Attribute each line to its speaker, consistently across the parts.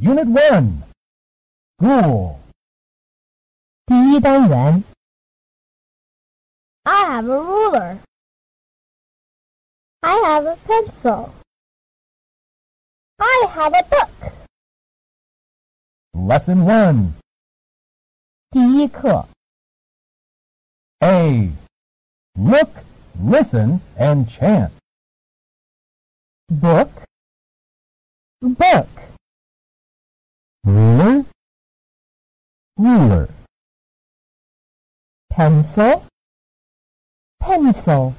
Speaker 1: Unit 1 School
Speaker 2: 第一单元
Speaker 3: I have a ruler. I have a pencil. I have a book.
Speaker 1: Lesson 1
Speaker 2: 第一课
Speaker 1: A Look, listen, and chant
Speaker 2: book book
Speaker 1: Ruler Ruler
Speaker 2: pencil pencil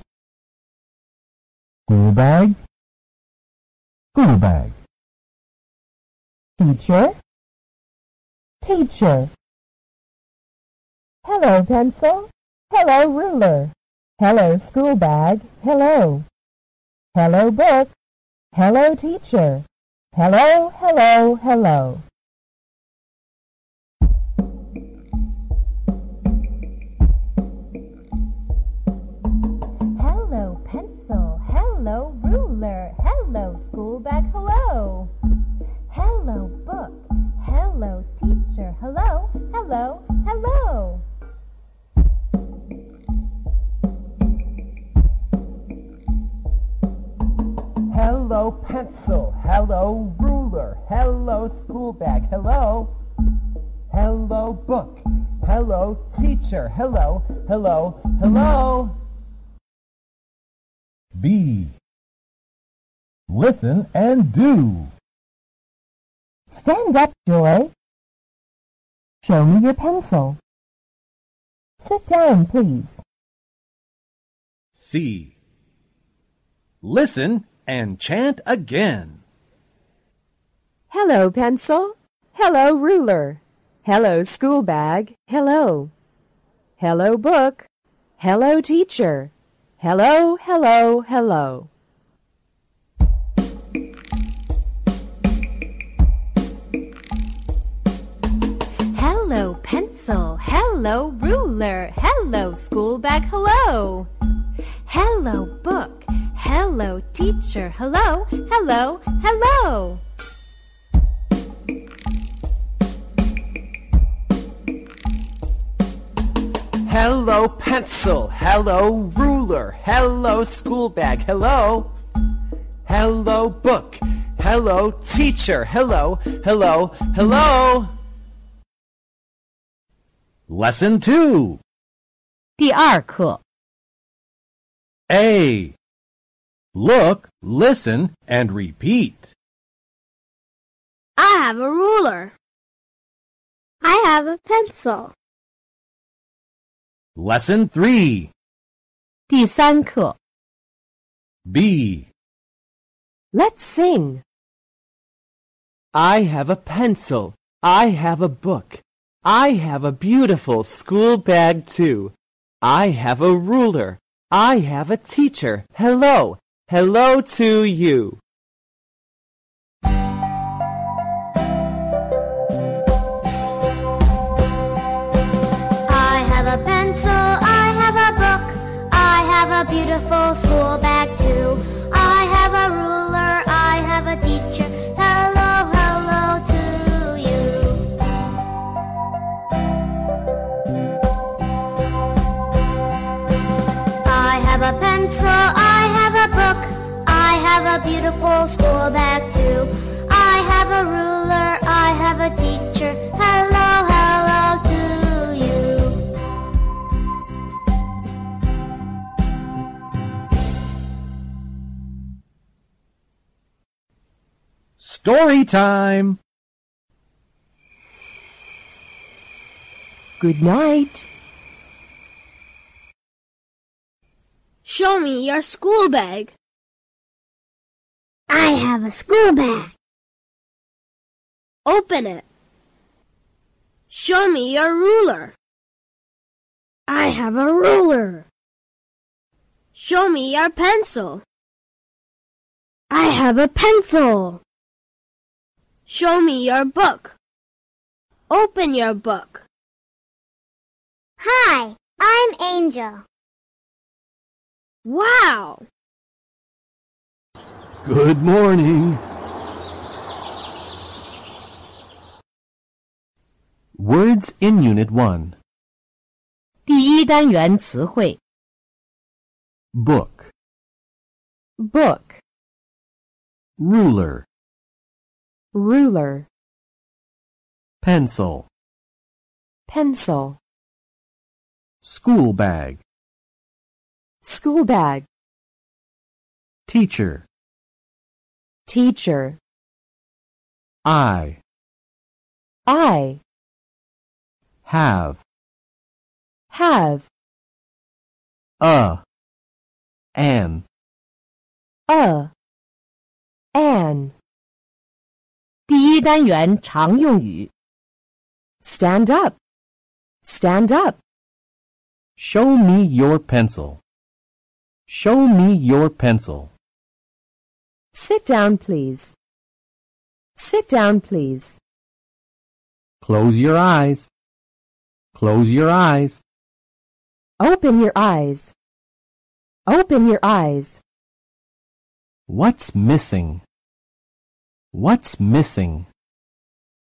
Speaker 1: School bag School bag
Speaker 2: teacher teacher hello pencil hello ruler hello school bag hello hello book hello teacher hello hello hello
Speaker 4: Hello, pencil. Hello, ruler. Hello, school bag. Hello. Hello, book. Hello, teacher. Hello, hello, hello.
Speaker 5: Hello, pencil. Hello, ruler. Hello, school bag. Hello. Hello, book. Hello, teacher. Hello, hello, hello.
Speaker 1: B Listen and do
Speaker 2: stand up joy show me your pencil sit down please
Speaker 6: C. Listen and chant again.
Speaker 7: Hello, pencil. Hello, ruler. Hello, school bag. Hello. Hello, book. Hello, teacher. Hello, hello, hello.
Speaker 4: Hello, pencil. Hello, ruler. Hello, school bag. Hello. Hello, book. Hello, teacher. Hello, hello, hello.
Speaker 5: Hello, pencil. Hello, ruler. Hello, school bag. Hello. Hello, book. Hello, teacher. Hello, hello, hello.
Speaker 6: Lesson 2
Speaker 2: 第二课
Speaker 6: A. Look, listen, and repeat.
Speaker 3: I have a ruler. I have a pencil.
Speaker 6: Lesson 3
Speaker 2: 第三课
Speaker 6: B.
Speaker 7: Let's sing.
Speaker 5: I have a pencil. I have a book. I have a beautiful school bag, too. I have a ruler. I have a teacher. Hello. Hello to you.
Speaker 8: I have a pencil, I have a book, I have a beautiful school bag too. I have a ruler, I have a teacher. Hello, hello to you. I have a pencil, I have a book, I have a beautiful school bag too. I have a ruler, I have a teacher. Hello, hello to you.
Speaker 6: Story time.
Speaker 7: Good night.
Speaker 3: Show me your school bag.
Speaker 8: I have a school bag.
Speaker 3: Open it. Show me your ruler.
Speaker 8: I have a ruler.
Speaker 3: Show me your pencil.
Speaker 8: I have a pencil.
Speaker 3: Show me your book. Open your book.
Speaker 8: Hi, I'm Angel.
Speaker 3: Wow!
Speaker 6: Good morning.
Speaker 5: Words in Unit 1.
Speaker 9: 第一单元词汇
Speaker 5: Book.
Speaker 4: book,
Speaker 5: Ruler.
Speaker 4: ruler,
Speaker 5: Pencil.
Speaker 4: pencil,
Speaker 5: School bag.
Speaker 4: school bag,
Speaker 5: Teacher.
Speaker 4: teacher,
Speaker 5: I.
Speaker 4: I,
Speaker 5: Have.
Speaker 4: have,
Speaker 5: A. An.
Speaker 4: a, an,
Speaker 9: 第一单元常用语
Speaker 4: stand up, stand up,
Speaker 5: Show me your pencil. Show me your pencil.
Speaker 4: sit down please, sit down please,
Speaker 5: Close your eyes. Close your eyes.
Speaker 4: open your eyes, open your eyes,
Speaker 5: What's missing? What's missing?